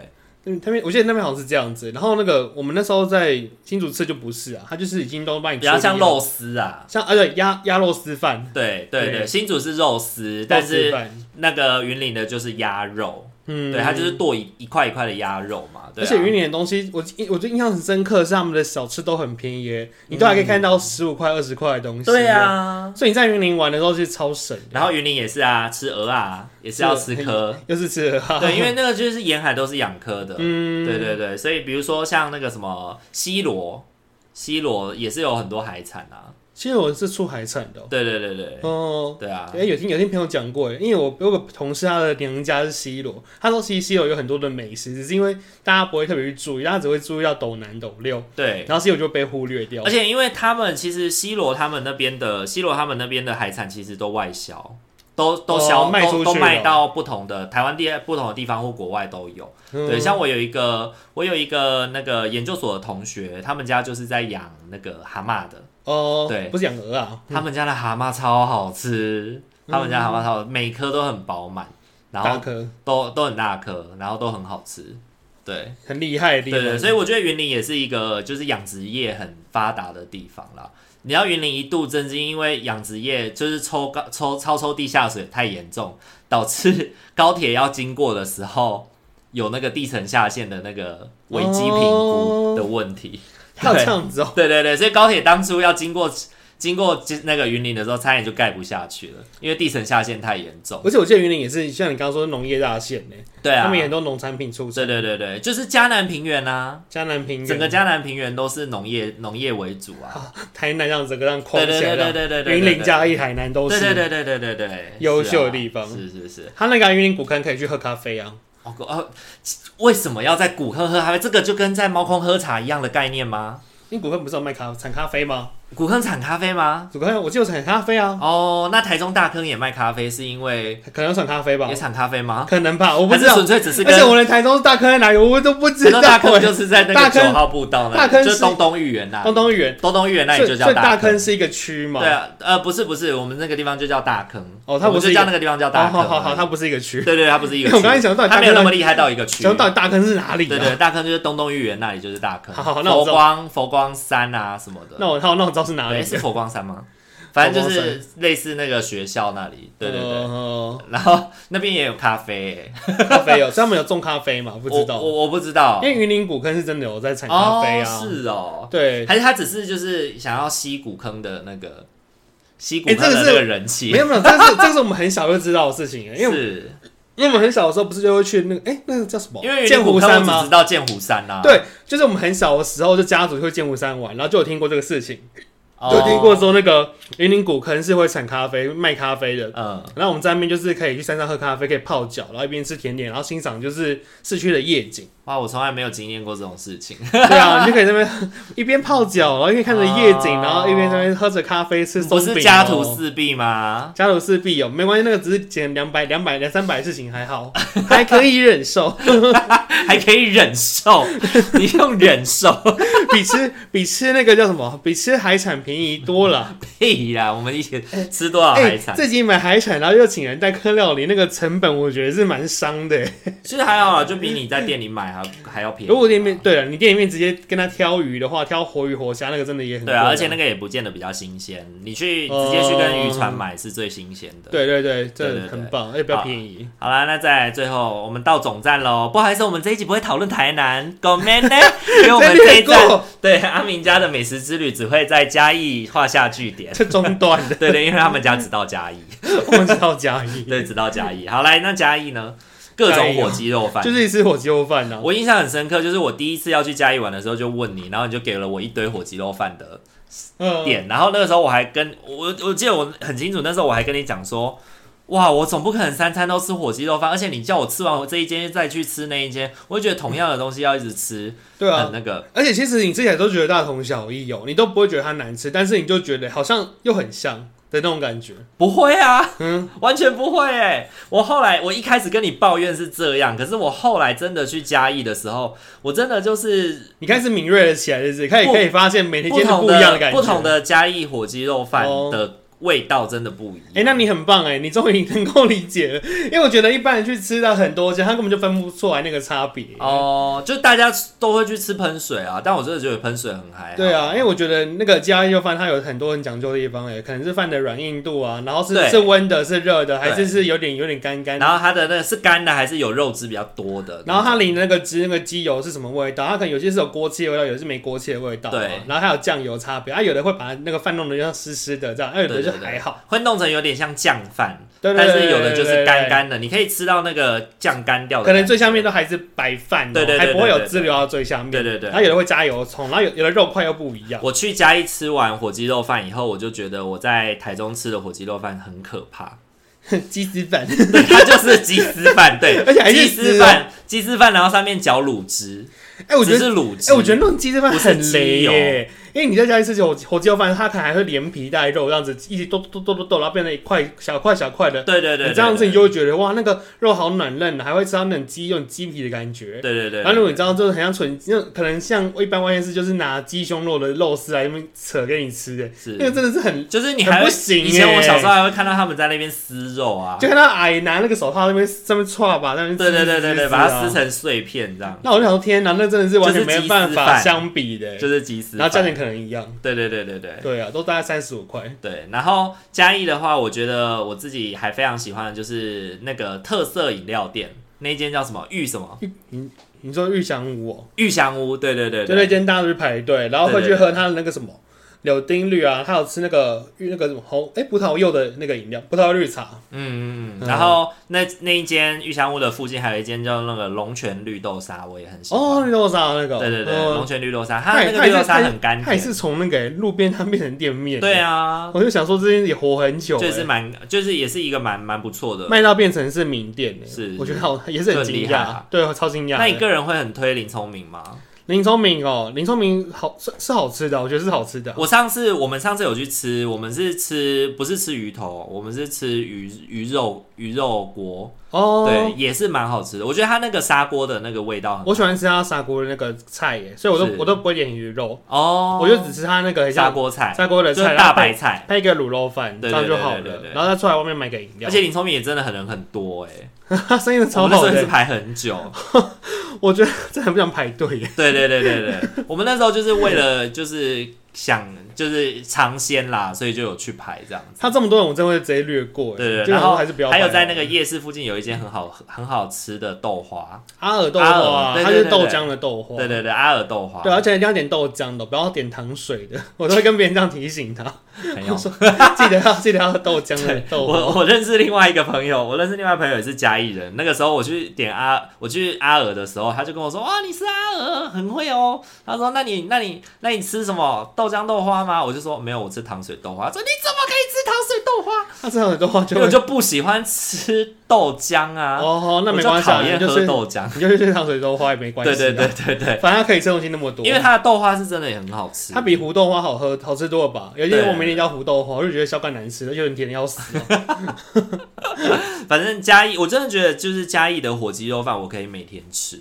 Speaker 2: 嗯，他们我记得那边好像是这样子。然后那个我们那时候在新竹吃就不是啊，它就是已经都帮你
Speaker 1: 比较像
Speaker 2: 处理好，
Speaker 1: 肉丝啊，
Speaker 2: 像而且鸭鸭肉丝饭，
Speaker 1: 对对对，
Speaker 2: 对
Speaker 1: 新竹是肉丝，但
Speaker 2: 肉丝
Speaker 1: 是
Speaker 2: 饭
Speaker 1: 那个云林的就是鸭肉，
Speaker 2: 嗯，
Speaker 1: 对，它就是剁一一块一块的鸭肉嘛，对、
Speaker 2: 而
Speaker 1: 啊。
Speaker 2: 且云林的东西，我印我最印象很深刻是他们的小吃都很便宜耶，你都还可以看到十五块、二十块的东西。
Speaker 1: 嗯对，啊，
Speaker 2: 所以你在云林玩的时候是超省的，
Speaker 1: 然后云林也是啊，吃鹅啊，也是要吃科，
Speaker 2: 又是吃哈，
Speaker 1: 对，因为那个就是沿海都是养科的，
Speaker 2: 嗯，
Speaker 1: 对对对，所以比如说像那个什么西罗，西罗也是有很多海产啊，
Speaker 2: 其实我是出海产的
Speaker 1: 对对对对，
Speaker 2: 哦。
Speaker 1: 对啊
Speaker 2: 哦，，哎，有听有听朋友讲过耶，因为我我有个同事，他的娘家是西罗，他说其实西罗有很多的美食，只是因为大家不会特别去注意，大家只会注意到斗南斗六，
Speaker 1: 对，
Speaker 2: 然后西罗就被忽略掉
Speaker 1: 而。且因为他们其实西罗他们那边的西罗他们那边的海产其实都外销，都都
Speaker 2: 哦
Speaker 1: 销、
Speaker 2: 卖出
Speaker 1: 都都
Speaker 2: 去
Speaker 1: 卖
Speaker 2: 了
Speaker 1: 到不同的台湾地不同的地方或国外都有。对，
Speaker 2: 嗯
Speaker 1: 像我有一个我有一个那个研究所的同学，他们家就是在养那个蛤蟆的，
Speaker 2: 哦，
Speaker 1: 对
Speaker 2: 不是养鹅啊，
Speaker 1: 他们家的蛤蟆超好吃，他们家蛤蟆超好
Speaker 2: 嗯
Speaker 1: 吃每颗都很饱满，然
Speaker 2: 大
Speaker 1: 后
Speaker 2: 颗
Speaker 1: 都都很大颗，然后都很好吃。对
Speaker 2: 很厉害的地
Speaker 1: 对
Speaker 2: 方。
Speaker 1: 对，所以我觉得云林也是一个就是养殖业很发达的地方啦。你要云林一度震惊，因为养殖业就是抽高抽超抽地下水太严重，导致高铁要经过的时候有那个地层下陷的那个危机评估的问题。
Speaker 2: 他有这样子哦，
Speaker 1: 对对对，所以高铁当初要经过经过那个云林的时候，差点就盖不下去了，因为地层下陷太严重。
Speaker 2: 而且我记得云林也是像你刚刚说的农业大县呢、
Speaker 1: 对啊，
Speaker 2: 他们也很多农产品出
Speaker 1: 对
Speaker 2: 产，
Speaker 1: 对对对，就是嘉南平原啊，
Speaker 2: 江南平原、
Speaker 1: 整个嘉南平原都是农业农业为主啊。
Speaker 2: 台南这样整个这样
Speaker 1: 对
Speaker 2: 框起
Speaker 1: 对
Speaker 2: 来
Speaker 1: 对
Speaker 2: 这
Speaker 1: 对
Speaker 2: 样，
Speaker 1: 对对对，
Speaker 2: 云林、嘉
Speaker 1: 家
Speaker 2: 义、台南都
Speaker 1: 对
Speaker 2: 是。
Speaker 1: 对对对对对对，
Speaker 2: 优秀的
Speaker 1: 是啊
Speaker 2: 地方
Speaker 1: 是是是。
Speaker 2: 他那个云林古坑可以去喝咖啡啊，
Speaker 1: 哦哦，为什么要在古坑喝咖啡？这个就跟在猫空喝茶一样的概念吗？
Speaker 2: 因为古坑不是有卖咖产咖啡吗？
Speaker 1: 古坑产咖啡吗？
Speaker 2: 古坑我记得有产咖啡啊，
Speaker 1: 哦，那台中大坑也卖咖啡，是因为
Speaker 2: 可能有产咖啡吧
Speaker 1: 也，产咖啡吗？
Speaker 2: 可能哦吧，我不
Speaker 1: 还
Speaker 2: 知
Speaker 1: 是
Speaker 2: 道
Speaker 1: 纯。粹只是
Speaker 2: 而
Speaker 1: 跟
Speaker 2: 且我连台中大坑在哪里我都不知
Speaker 1: 很
Speaker 2: 道、
Speaker 1: 多
Speaker 2: 欸。
Speaker 1: 大坑就是在那
Speaker 2: 大
Speaker 1: 个
Speaker 2: 坑
Speaker 1: 九号步道那
Speaker 2: 大
Speaker 1: 里，
Speaker 2: 坑
Speaker 1: 就是
Speaker 2: 是
Speaker 1: 东东豫园那
Speaker 2: 东
Speaker 1: 里，
Speaker 2: 东园，
Speaker 1: 东东豫园那
Speaker 2: 所
Speaker 1: 里
Speaker 2: 以
Speaker 1: 就叫
Speaker 2: 所以大
Speaker 1: 坑
Speaker 2: 坑。是一个区嘛。
Speaker 1: 对啊，呃，不是不是，我们那个地方就叫大坑。
Speaker 2: 哦它
Speaker 1: 我
Speaker 2: 不
Speaker 1: 们就是
Speaker 2: 一个
Speaker 1: 叫那个地方叫大坑
Speaker 2: 好
Speaker 1: 而已。
Speaker 2: 好好好，它不是一个区。
Speaker 1: 对对，它不是一个区。
Speaker 2: 因 为我刚才想到底大
Speaker 1: 它
Speaker 2: 坑
Speaker 1: 没有那么厉害到一个区。
Speaker 2: 想到底大坑是哪里、啊？
Speaker 1: 对对，大坑就是东东豫园那里就是大坑。
Speaker 2: 好好那我
Speaker 1: 佛
Speaker 2: 知道
Speaker 1: 光佛光山啊什么的。
Speaker 2: 那我那我那我知道是哪里
Speaker 1: 对，
Speaker 2: 了。
Speaker 1: 是佛光山吗？反正就
Speaker 2: 佛
Speaker 1: 是类似那个学校那里。对对对。
Speaker 2: 哦
Speaker 1: 然后那边也有咖啡欸，
Speaker 2: 咖啡有，所以他 们有种咖啡嘛？不知道
Speaker 1: 我，我我不知道
Speaker 2: 因。为云林古坑是真的有在产咖啡啊。
Speaker 1: 哦，是哦。
Speaker 2: 对，
Speaker 1: 还是他只是就是想要吸古坑的那个吸古
Speaker 2: 欸
Speaker 1: 坑的
Speaker 2: 这个是
Speaker 1: 那个人气、
Speaker 2: 没有没 有，这是这是我们很小就知道的事情，因为我们
Speaker 1: 是
Speaker 2: 因为我们很小的时候不是就会去那个哎、那个叫什么？
Speaker 1: 因为云
Speaker 2: 剑
Speaker 1: 林古
Speaker 2: 湖
Speaker 1: 坑
Speaker 2: 山
Speaker 1: 我只
Speaker 2: 吗
Speaker 1: 知？道剑湖山啦、啊，
Speaker 2: 对，就是我们很小的时候就家族会剑湖山玩，然后就有听过这个事情，
Speaker 1: 哦，
Speaker 2: 就听过说那个云林古坑是会产咖啡卖咖啡的。
Speaker 1: 嗯，
Speaker 2: 然后我们在那边就是可以去山上喝咖啡，可以泡脚，然后一边吃甜点，然后欣赏就是市区的夜景。
Speaker 1: 哇，我从来没有经验过这种事情，
Speaker 2: 对啊，你就可以在那边 一边泡脚，然后一边看着夜景，
Speaker 1: 哦
Speaker 2: 然后一边在那边喝着咖啡吃
Speaker 1: 不
Speaker 2: 松饼、哦
Speaker 1: 是家徒，四壁吗？
Speaker 2: 家徒四壁有没关系，那个只是减两百、两百、两三百的事情还好，还可以忍受。
Speaker 1: 还可以忍受，你用忍受
Speaker 2: 比吃比吃那个叫什么？比吃海产便宜 多了。
Speaker 1: 屁啦！我们以前吃多少
Speaker 2: 哎、
Speaker 1: 哦海产？
Speaker 2: 自己买海产，然 后又请人带客料理，那个成本我觉得是蛮伤的、哎
Speaker 1: 啊其实还好啦，就比你在店里买还要还要便宜。
Speaker 2: 如果店面对了，啊你店里面直接跟他挑鱼的话，挑活鱼活虾那个真的也很
Speaker 1: 对啊，而且那
Speaker 2: 个
Speaker 1: 个也不见得比较新鲜，你去直接去跟渔船买是最新鲜的。
Speaker 2: 对对对，
Speaker 1: 对
Speaker 2: 这
Speaker 1: 对
Speaker 2: 很
Speaker 1: 对
Speaker 2: 棒，而且比较
Speaker 1: 好
Speaker 2: 便宜。
Speaker 1: 好啦，那再来最后我们到总站喽。不好意思，我们这一集不会讨论台 南 g o m a n 呢，因为我们这一
Speaker 2: 真的
Speaker 1: 站
Speaker 2: 过
Speaker 1: 对阿明家的美食之旅只会在嘉义画下句 点。
Speaker 2: 这中段的，
Speaker 1: 对对，因为他们家只到嘉义，
Speaker 2: 我们知道嘉义，
Speaker 1: 对，只到嘉义。好来，那嘉义呢？各
Speaker 2: 嘉
Speaker 1: 种
Speaker 2: 义哦
Speaker 1: 火鸡肉饭，
Speaker 2: 就是一吃火鸡肉饭啊呐。
Speaker 1: 我印象很深刻，就是我第一次要去嘉义玩的时候，就问你，然后你就给了我一堆火鸡肉饭的
Speaker 2: 嗯，
Speaker 1: 点，然后那个时候我还跟我我记得我很清楚，那时候我还跟你讲说，哇，我总不可能三餐都吃火鸡肉饭，而且你叫我吃完我这一间再去吃那一间，我会觉得同样的东西要一直吃，
Speaker 2: 对啊
Speaker 1: 很，那个，
Speaker 2: 而且其实你吃起来都觉得大同小异哦，你都不会觉得它难吃，但是你就觉得好像又很像的那种感觉。
Speaker 1: 不会啊，
Speaker 2: 嗯，
Speaker 1: 完全不会哎、我后来我一开始跟你抱怨是这样，可是我后来真的去嘉义的时候，我真的就是
Speaker 2: 你开始敏锐了起来，就是可以
Speaker 1: 不
Speaker 2: 可以发现每天
Speaker 1: 不
Speaker 2: 间都
Speaker 1: 同
Speaker 2: 不一样
Speaker 1: 的
Speaker 2: 感觉。
Speaker 1: 不同。的嘉义火鸡肉饭
Speaker 2: 哦
Speaker 1: 的味道真的不一样。
Speaker 2: 哎、那你很棒哎、你终于能够理解了，因为我觉得一般人去吃到很多家，他根本就分不出来那个差别。
Speaker 1: 哦，就大家都会去吃喷水啊，但我真的觉得喷水很嗨。
Speaker 2: 对啊，因为我觉得那个嘉义肉饭它有很多很讲究的地方哎、可能是饭的软硬度啊，然后是
Speaker 1: 对
Speaker 2: 是温的，是热的，还
Speaker 1: 对
Speaker 2: 是是有点有点干干的
Speaker 1: 然后它的那个是干的还是有肉汁比较多的？
Speaker 2: 然后它淋那个汁，那个鸡油是什么味道？它可能有些是有锅气的味道，有些是没锅气的味道。啊
Speaker 1: 对
Speaker 2: 然后还有酱油差别，啊，有的会把那个饭弄得像湿湿的这样，啊，有的就还好。
Speaker 1: 会弄成有点像酱饭，
Speaker 2: 对对
Speaker 1: 但
Speaker 2: 对
Speaker 1: 是有的就是干。
Speaker 2: 对对对
Speaker 1: 干的，你可以吃到那个酱干掉的
Speaker 2: 可
Speaker 1: 感觉。
Speaker 2: 能最下面都还是白饭哦，
Speaker 1: 对对对对
Speaker 2: 还不会有汁流到最下面。
Speaker 1: 对对对
Speaker 2: 然后有的会加油葱，然后有有的肉块又不一样。
Speaker 1: 我去嘉义吃完火鸡肉饭以后，我就觉得我在台中吃的火鸡肉饭很可怕。
Speaker 2: 鸡丝饭，
Speaker 1: 对，它就是鸡丝饭，对，
Speaker 2: 而且还是
Speaker 1: 鸡
Speaker 2: 丝
Speaker 1: 丝
Speaker 2: 哦
Speaker 1: 饭，鸡丝饭，然后上面搅卤汁，
Speaker 2: 哎，我觉
Speaker 1: 只
Speaker 2: 得，
Speaker 1: 是卤汁，
Speaker 2: 哎，我觉得那种鸡丝饭
Speaker 1: 不是
Speaker 2: 很雷
Speaker 1: 鸡油
Speaker 2: 耶，因为你在家里吃火火鸡肉饭，它可能还会连皮带肉这样子一起剁剁剁剁剁，然后变成一块小块小块的，
Speaker 1: 对对对对，
Speaker 2: 你这样子你
Speaker 1: 对
Speaker 2: 就会觉得哇，那个肉好软嫩，还会吃到那种鸡有种鸡皮的感觉。
Speaker 1: 对对对，
Speaker 2: 然后如果你知道，就是很像纯，那可能像一般外面是就是拿鸡胸肉的肉丝来那边扯给你吃的，那个
Speaker 1: 是
Speaker 2: 真的是很，
Speaker 1: 就是你还
Speaker 2: 很
Speaker 1: 会
Speaker 2: 不行
Speaker 1: 以前我
Speaker 2: 欸
Speaker 1: 小时候还会看到他们在那边撕肉啊，
Speaker 2: 就
Speaker 1: 对
Speaker 2: 看到阿姨拿那个手套在那边上面歘吧，在那边
Speaker 1: 对对对对，把它撕
Speaker 2: 成。
Speaker 1: 成碎片这样，
Speaker 2: 啊那我就想说，天哪，那真的是完全
Speaker 1: 就是
Speaker 2: 没
Speaker 1: 鸡
Speaker 2: 办
Speaker 1: 丝
Speaker 2: 法
Speaker 1: 饭
Speaker 2: 相比的。
Speaker 1: 就是鸡丝
Speaker 2: 然后价钱
Speaker 1: 饭。
Speaker 2: 可能一样，
Speaker 1: 对对对对对
Speaker 2: 对啊，都大概三十五块。
Speaker 1: 对，然后嘉义的话，我觉得我自己还非常喜欢的就是那个特色饮料店，那一间叫什么玉什么
Speaker 2: 你说玉祥屋哦，
Speaker 1: 玉香屋，对对对
Speaker 2: 就那
Speaker 1: 对，
Speaker 2: 间大家都去排队，然后会
Speaker 1: 对
Speaker 2: 去
Speaker 1: 对
Speaker 2: 喝他的那个什么柳丁绿啊，还有吃那个那个什么红哎、葡萄柚的那个饮料，葡萄柚绿茶。
Speaker 1: 嗯嗯，
Speaker 2: 嗯
Speaker 1: 嗯然后那那一间玉香屋的附近还有一间叫那个龙泉绿豆沙，我也很喜欢。
Speaker 2: 哦，绿豆沙那个，
Speaker 1: 对对对，
Speaker 2: 嗯
Speaker 1: 龙泉绿豆沙，
Speaker 2: 它
Speaker 1: 它
Speaker 2: 也
Speaker 1: 那
Speaker 2: 它
Speaker 1: 个
Speaker 2: 也
Speaker 1: 绿豆
Speaker 2: 是
Speaker 1: 沙
Speaker 2: 它也
Speaker 1: 很干
Speaker 2: 它也
Speaker 1: 甜。
Speaker 2: 是从那个欸路边摊变成店面。
Speaker 1: 对，啊，
Speaker 2: 我就想说这件也活很久欸，
Speaker 1: 就是蛮，就是也是一个蛮蛮不错的。
Speaker 2: 卖到变成是名店欸
Speaker 1: 是
Speaker 2: 我觉得好也是很惊
Speaker 1: 就很厉害
Speaker 2: 讶
Speaker 1: 啊，
Speaker 2: 对，我超惊讶的。
Speaker 1: 那你个人会很推林聪明吗？
Speaker 2: 林聪明哦，林聪明好是是好吃的，我觉得是好吃的。啊
Speaker 1: 我上次我们上次有去吃，我们是吃不是吃鱼头，我们是吃鱼鱼肉鱼肉锅，
Speaker 2: 哦，
Speaker 1: 对，，也是蛮好吃的。我觉得它那个砂锅的那个味道很
Speaker 2: 我喜欢吃他砂锅的那个菜耶，所以我都
Speaker 1: 是
Speaker 2: 我都不会点鱼肉，
Speaker 1: 哦，
Speaker 2: 我就只吃他那个很像
Speaker 1: 砂锅菜，
Speaker 2: 砂锅的
Speaker 1: 就是
Speaker 2: 菜，
Speaker 1: 大白
Speaker 2: 然后
Speaker 1: 菜，
Speaker 2: 配配一个卤肉饭，这
Speaker 1: 对
Speaker 2: 样就
Speaker 1: 对对
Speaker 2: 好
Speaker 1: 对对
Speaker 2: 了
Speaker 1: 对。
Speaker 2: 然后再出来外面买个饮料，
Speaker 1: 而且林聪明也真的很人很多哎、
Speaker 2: 他生意
Speaker 1: 我
Speaker 2: 超
Speaker 1: 们那
Speaker 2: 好
Speaker 1: 时候也是
Speaker 2: 的，
Speaker 1: 排很久，
Speaker 2: 我觉得真的很不想排队耶。
Speaker 1: 对对对对对，我们那时候就是为了就是想就是尝鲜啦，所以就有去排这样子。
Speaker 2: 他这么多人，我真的会直接略过耶。
Speaker 1: 对对
Speaker 2: 就
Speaker 1: 对，然
Speaker 2: 想说
Speaker 1: 后
Speaker 2: 还是不要排
Speaker 1: 还
Speaker 2: 好了。
Speaker 1: 有在那个夜市附近有一间很好很好吃的豆花，
Speaker 2: 阿尔豆花
Speaker 1: 阿，尔
Speaker 2: 它
Speaker 1: 对
Speaker 2: 就
Speaker 1: 对
Speaker 2: 是
Speaker 1: 对
Speaker 2: 豆
Speaker 1: 对
Speaker 2: 浆的豆花。
Speaker 1: 对对对，阿尔豆花，
Speaker 2: 对，而啊且一定要点豆浆的，不要点糖 水的。我都会跟别人这样提醒他，
Speaker 1: 很
Speaker 2: 我
Speaker 1: 有。
Speaker 2: 说记得要记得要豆浆的豆
Speaker 1: 我
Speaker 2: 花。
Speaker 1: 我认识另外一个朋友，我认识另外一个朋友也是嘉义人。那个时候我去点阿，我去阿尔的时候，他就跟我说：“哇，你是阿尔，很会哦。”他说：“那你那你那你吃什么豆浆豆花吗？”我就说：“没有，我吃糖水豆花。”他说：“你怎么可以吃糖水豆花？”
Speaker 2: 他这样的豆花
Speaker 1: 因
Speaker 2: 就
Speaker 1: 为我
Speaker 2: 会
Speaker 1: 就不喜欢吃豆浆啊，
Speaker 2: 哦，那没关系，
Speaker 1: 我就讨
Speaker 2: 啊，你
Speaker 1: 厌
Speaker 2: 就
Speaker 1: 喝
Speaker 2: 是
Speaker 1: 豆浆。
Speaker 2: 你就是去糖水豆花也没关系
Speaker 1: 对
Speaker 2: 啊。
Speaker 1: 对对对对，
Speaker 2: 反正它可以吃东西那么多，
Speaker 1: 因为它的豆花是真的也很好吃，
Speaker 2: 它比胡豆花好喝好吃多了吧？有一天
Speaker 1: 对
Speaker 2: 我每天叫胡豆花，我就觉得小干难吃，有点甜的要死。
Speaker 1: 反正嘉义，我真的觉得就是嘉义的火鸡肉饭，我可以每天吃，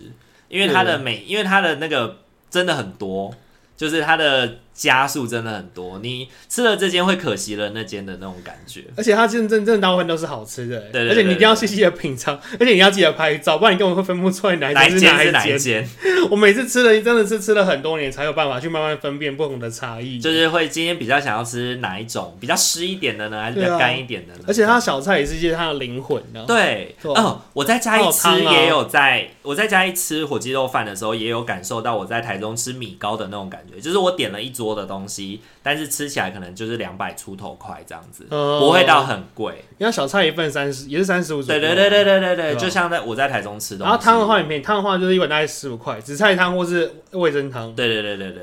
Speaker 1: 因为它的每，因为它的那个真的很多，就是它的家数真的很多，你吃了这间会可惜了那间的那种感觉。
Speaker 2: 而且它真正正大部分都是好吃的、
Speaker 1: 对对对
Speaker 2: 而且你一定要
Speaker 1: 对
Speaker 2: 细细的品尝，而且你要记得拍照，不然你根本会分不出来哪
Speaker 1: 哪
Speaker 2: 一
Speaker 1: 一
Speaker 2: 间是
Speaker 1: 间
Speaker 2: 哪
Speaker 1: 是哪一
Speaker 2: 一间。
Speaker 1: 间？
Speaker 2: 我每次吃了真的是吃了很多年才有办法去慢慢分辨不同的差异，
Speaker 1: 就是会今天比较想要吃哪一种，比较湿一点的呢，还是比
Speaker 2: 对
Speaker 1: 较
Speaker 2: 啊
Speaker 1: 干一点的呢？
Speaker 2: 而且它小菜也是一些它的灵魂呢、啊。
Speaker 1: 对，
Speaker 2: 对啊
Speaker 1: 哦，我在嘉义吃
Speaker 2: 还有汤啊
Speaker 1: 也有在，我在嘉义吃火鸡肉饭的时候，也有感受到我在台中吃米糕的那种感觉，就是我点了一桌的东西，但是吃起来可能就是两百出头块这样子，
Speaker 2: 嗯
Speaker 1: 不会到很贵。
Speaker 2: 因为它小菜一份三十，也是三十五左
Speaker 1: 对
Speaker 2: 右。
Speaker 1: 对对对对对对，
Speaker 2: 对啊
Speaker 1: 就像在我在台中吃东西，
Speaker 2: 然后汤的话很便宜，汤的话就是一碗大概十五块，紫菜汤或是味噌汤。
Speaker 1: 对对对对对，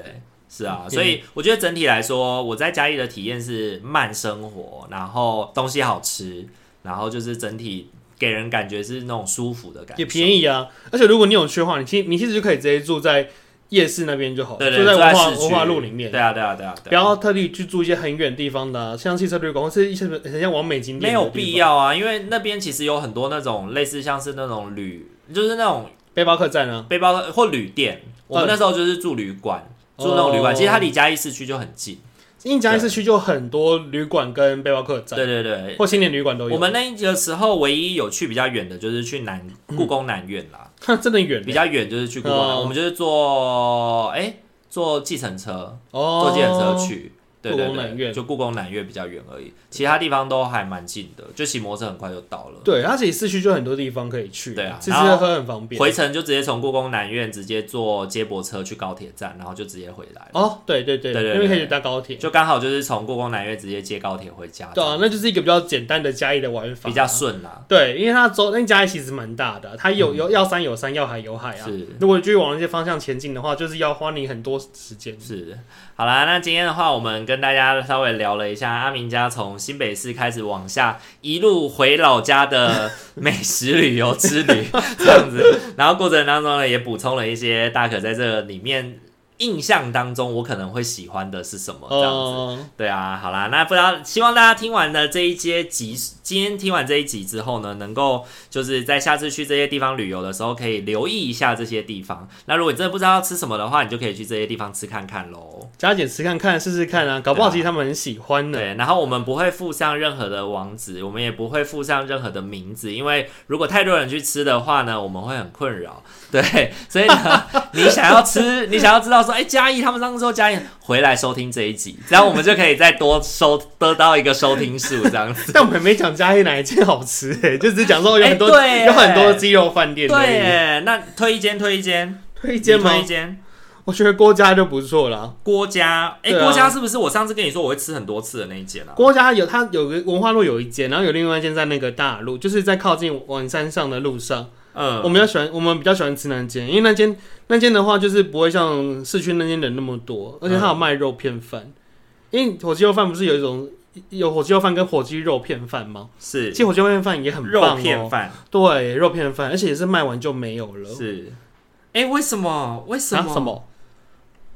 Speaker 1: 是啊，
Speaker 2: 嗯
Speaker 1: 所以我觉得整体来说，我在嘉义的体验是慢生活，然后东西好吃，然后就是整体给人感觉是那种舒服的感觉，
Speaker 2: 也便。宜啊。而且如果你有去的话，你其你其实就可以直接住在夜市那边就好，
Speaker 1: 对对，
Speaker 2: 住在
Speaker 1: 住在
Speaker 2: 文化
Speaker 1: 市区
Speaker 2: 文化路里面
Speaker 1: 对。啊，对啊，对啊，对啊
Speaker 2: 不要特地去住一些很远的地方的啊、像汽车旅馆或是一些很像完美景
Speaker 1: 没
Speaker 2: 点的地方，
Speaker 1: 有必要啊，因为那边其实有很多那种类似像是那种旅，就是那种
Speaker 2: 背包客栈啊。
Speaker 1: 背包或旅店。我们那时候就是住旅馆，住那种旅馆，
Speaker 2: 哦
Speaker 1: 其实它离嘉义市区就很近。
Speaker 2: 因为嘉义市区就很多旅馆跟背包客栈，
Speaker 1: 对对对，
Speaker 2: 或青年旅馆都有。
Speaker 1: 我们那个时候唯一有去比较远的，就是去南故宫南院啦，
Speaker 2: 看真的远欸，
Speaker 1: 比较远就是去故宫南，
Speaker 2: 嗯哦
Speaker 1: 我们就是坐哎、坐计程车，
Speaker 2: 哦，
Speaker 1: 坐计程车去。对对对
Speaker 2: 故宫南院
Speaker 1: 就故宫南院比较远而已，其他地方都还蛮近的，就骑摩托车很快就到了。
Speaker 2: 对，而且市区就很多地方可以去，
Speaker 1: 对啊
Speaker 2: 吃吃
Speaker 1: 然后
Speaker 2: 喝喝很方便。
Speaker 1: 回程就直接从故宫南院直接坐接驳车去高铁站，然后就直接回来了，
Speaker 2: 哦，对对对，
Speaker 1: 对对对
Speaker 2: 那边可以去搭高铁。
Speaker 1: 就刚好就是从故宫南院直接接高铁回家，
Speaker 2: 对啊，那就是一个比较简单的嘉义的玩法，
Speaker 1: 比较顺啦。
Speaker 2: 对，因为它周那嘉义其实蛮大的，它有有要山有山，要海有海啊。
Speaker 1: 嗯是
Speaker 2: 如果继续往那些方向前进的话，就是要花你很多时间。
Speaker 1: 是，好啦，那今天的话，我们跟大家稍微聊了一下阿明家从新北市开始往下一路回老家的美食旅游之旅这样子，然后过程当中呢，也补充了一些大可在这里面印象当中我可能会喜欢的是什么这样子。
Speaker 2: 哦，
Speaker 1: 对啊，好啦，那不知道，希望大家听完了这一些集，今天听完这一集之后呢，能够就是在下次去这些地方旅游的时候，可以留意一下这些地方。那如果你真的不知道要吃什么的话，你就可以去这些地方吃看看喽。
Speaker 2: 加减吃看看，试试看啊，搞不好其实他们很喜欢呢。
Speaker 1: 对，然后我们不会附上任何的网址，我们也不会附上任何的名字，因为如果太多人去吃的话呢，我们会很困扰。 对，所以呢，你想要吃，你想要知道说，哎、嘉义他们上次说嘉义回来收听这一集，这样我们就可以再多收得到一个收听数这样子。
Speaker 2: 但我们没讲嘉义哪一间好吃、 欸，就只是讲说有很多、
Speaker 1: 哎对耶
Speaker 2: 有很多鸡肉饭店而
Speaker 1: 对
Speaker 2: 已。
Speaker 1: 耶，那推一间推一间，
Speaker 2: 推荐吗
Speaker 1: 你推？一间
Speaker 2: 我觉得郭家就不错啦。
Speaker 1: 郭家，哎、
Speaker 2: 对啊
Speaker 1: 郭家是不是我上次跟你说我会吃很多次的那一间啊？
Speaker 2: 郭家有它有个文化路有一间，然后有另外一间在那个大路，就是在靠近往山上的路上。
Speaker 1: 嗯，
Speaker 2: 我们要喜欢，我们比较喜欢吃那间，因为那间那间的话，就是不会像市区那间人那么多，而且
Speaker 1: 嗯
Speaker 2: 它有卖肉片饭。因为火鸡肉饭不是有一种有火鸡肉饭跟火鸡肉片饭吗？
Speaker 1: 是
Speaker 2: 其实火鸡肉片饭也很
Speaker 1: 肉
Speaker 2: 棒、哦，
Speaker 1: 片饭、
Speaker 2: 对肉片饭，而且也是卖完就没有了。啊
Speaker 1: 是。哎、为什么？为什么？
Speaker 2: 啊、什么？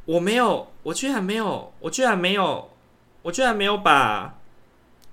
Speaker 1: 我没有，我居然没有，我居然没有，我居然没有把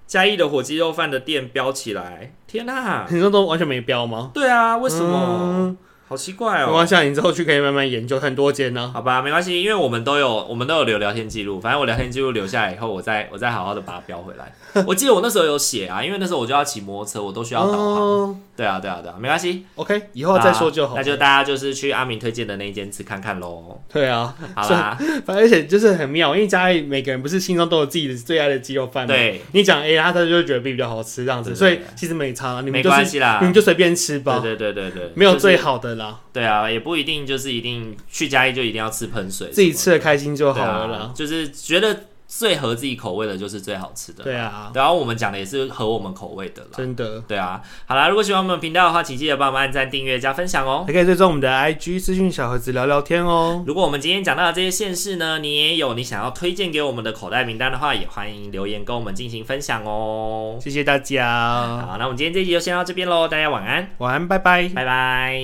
Speaker 1: 嘉义的火鸡肉饭的店标起来！天哪、
Speaker 2: 你说都完全没标吗？
Speaker 1: 对啊，为什么？
Speaker 2: 嗯
Speaker 1: 好奇怪
Speaker 2: 没
Speaker 1: 哦。
Speaker 2: 关系啊，你之后去可以慢慢研究很多间啊呢、
Speaker 1: 好吧，没关系，因为我们都有我们都有留聊天记录，反正我聊天记录留下来以后，我再我再好好的把它标回来。我记得我那时候有写啊，因为那时候我就要骑摩托车，我都需要导航。
Speaker 2: 哦
Speaker 1: 对啊，对啊，对啊，没关系，啊
Speaker 2: OK，以后再说就好。
Speaker 1: 那就大家就是去阿明推荐的那一间吃看看喽。
Speaker 2: 对啊，
Speaker 1: 好啦，
Speaker 2: 反正而且就是很妙，因为家里每个人不是心中都有自己的最爱的鸡肉饭吗？
Speaker 1: 对，
Speaker 2: 你讲 A，他他就会觉得 B 比较好吃这样
Speaker 1: 对对
Speaker 2: 子，所以
Speaker 1: 对
Speaker 2: 其实没差，你
Speaker 1: 没
Speaker 2: 们就
Speaker 1: 关
Speaker 2: 是
Speaker 1: 系啦
Speaker 2: 你。们就随便吃吧，
Speaker 1: 对对对对对，
Speaker 2: 没有
Speaker 1: 就是
Speaker 2: 最好的啦，
Speaker 1: 对啊，也不一定就是一定去嘉义就一定要吃喷水什么的，
Speaker 2: 自己吃的开心就好了
Speaker 1: 对啊
Speaker 2: 啦。
Speaker 1: 就是觉得最合自己口味的，就是最好吃的。
Speaker 2: 对啊，
Speaker 1: 然后我们讲的也是合我们口味的啦。
Speaker 2: 真的，
Speaker 1: 对啊，好啦，如果喜欢我们频道的话，请记得帮我们按赞、订阅、加分享哦。
Speaker 2: 还可以追踪我们的 IG 私讯小盒子聊聊天哦。
Speaker 1: 如果我们今天讲到的这些县市呢，你也有你想要推荐给我们的口袋名单的话，也欢迎留言跟我们进行分享哦。
Speaker 2: 谢谢大家，
Speaker 1: 好，那我们今天这集就先到这边喽，大家晚安，
Speaker 2: 晚安，拜拜。
Speaker 1: 拜拜。